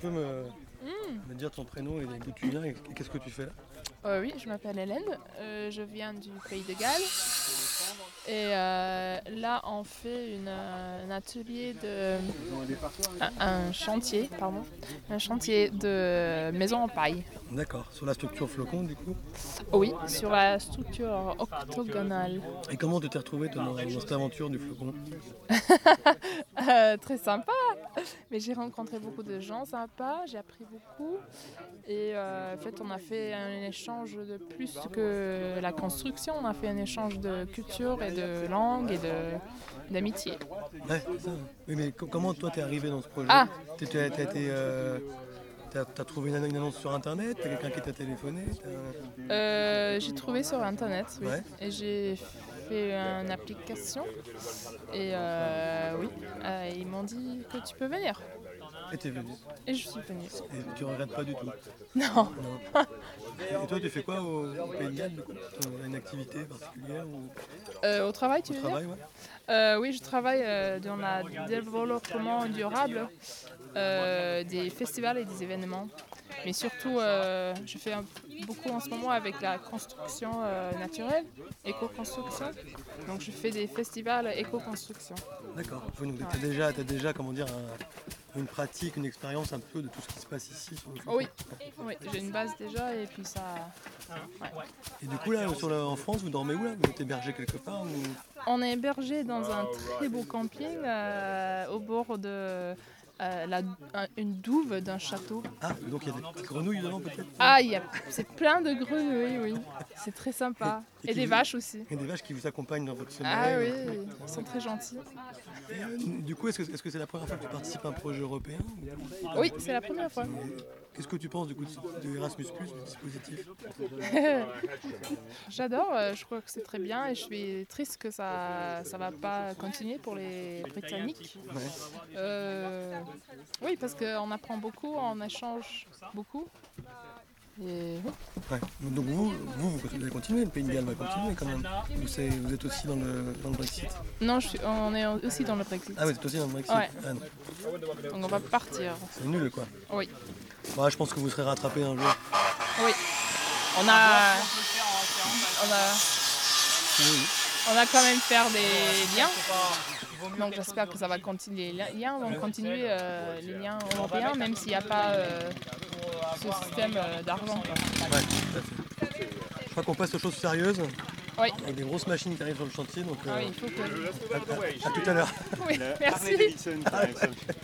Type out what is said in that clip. peux me, Mm. me dire ton prénom et d'où tu viens et qu'est-ce que tu fais là Euh, oui, je m'appelle Hélène, euh, je viens du pays de Galles. Et euh, là, on fait une, euh, un atelier de. Un, un chantier, pardon. Un chantier de maison en paille. D'accord, sur la structure flocon du coup. Oh oui, sur la structure octogonale. Et comment tu t'es retrouvé toi, dans, dans cette aventure du flocon Euh, très sympa. Mais j'ai rencontré beaucoup de gens sympas, j'ai appris beaucoup. Et euh, en fait, on a fait un échange de plus que la construction. On a fait un échange de culture et de langue et de- d'amitié. Ouais, c'est ça. Oui, mais co- comment toi t'es arrivé dans ce projet Ah. T'es- t'as- t'as été, euh, t'as- t'as trouvé une, une annonce sur internet T'as quelqu'un qui t'a téléphoné T'as- Euh, j'ai trouvé sur Internet, oui. Ouais. Et j'ai fait une application. Et euh, oui, euh, ils m'ont dit que tu peux venir. Et t'es venu. Et je suis venue. Et tu regrettes pas du tout. Non. Non. Et toi tu fais quoi au, au Pays de Galles du coup T'as Une activité particulière ou Euh, au travail, tu au veux dire travail ouais Euh, oui, je travaille euh, dans le développement durable euh, des festivals et des événements. Mais surtout, euh, je fais un- beaucoup en ce moment avec la construction euh, naturelle, éco-construction. Donc je fais des festivals éco-construction. D'accord. Oui, donc t'as déjà, t'as déjà comment dire, un- une pratique, une expérience un peu de tout ce qui se passe ici. sur le flocon. Oh Oui, oui j'ai une base déjà et puis ça... Et du coup là, sur la- en France, vous dormez où là Vous êtes hébergé quelque part ou... On est hébergé dans un très beau camping euh, au bord de euh, la- un- une douve d'un château. Ah, donc il y a des petites grenouilles devant peut-être Ah, il y a- c'est plein de grenouilles, oui. C'est très sympa. Et Et qui des vous- vaches aussi. Et des vaches qui vous accompagnent dans votre Ah oui, sommeil. ils sont très gentils. Et, euh, Du coup, est-ce que est-ce que c'est la première fois que tu participes à un projet européen ou- Oui, c'est la première fois. Qu'est-ce que tu penses du coup de ce- de Erasmus, du dispositif J'adore, euh, je crois que c'est très bien et je suis triste que ça ça va pas continuer pour les Britanniques. Euh, oui, parce qu'on apprend beaucoup, on échange beaucoup. Et oui. Ouais. Donc vous, vous, vous allez continuer, le Pays de Galles va continuer quand même. Vous, c'est- vous êtes aussi dans le, dans le Brexit. Non, je suis- on est aussi dans le Brexit. Ah, vous êtes aussi dans le Brexit Ouais. Ah non, Donc on va partir. C'est nul quoi. Oui. Ouais, je pense que vous serez rattrapé un jour. Oui. On a, on a, on a quand même faire des liens. Donc j'espère que ça va continuer. Les liens vont continuer, euh, les liens européens, même s'il n'y a pas euh, ce système euh, d'argent. quoi. Ouais, tout à fait. Je crois qu'on passe aux choses sérieuses. Oui. Avec des grosses machines qui arrivent sur le chantier, donc Ah euh, oui, il faut que... à tout à l'heure. Oui, merci. Harley Davidson, par exemple.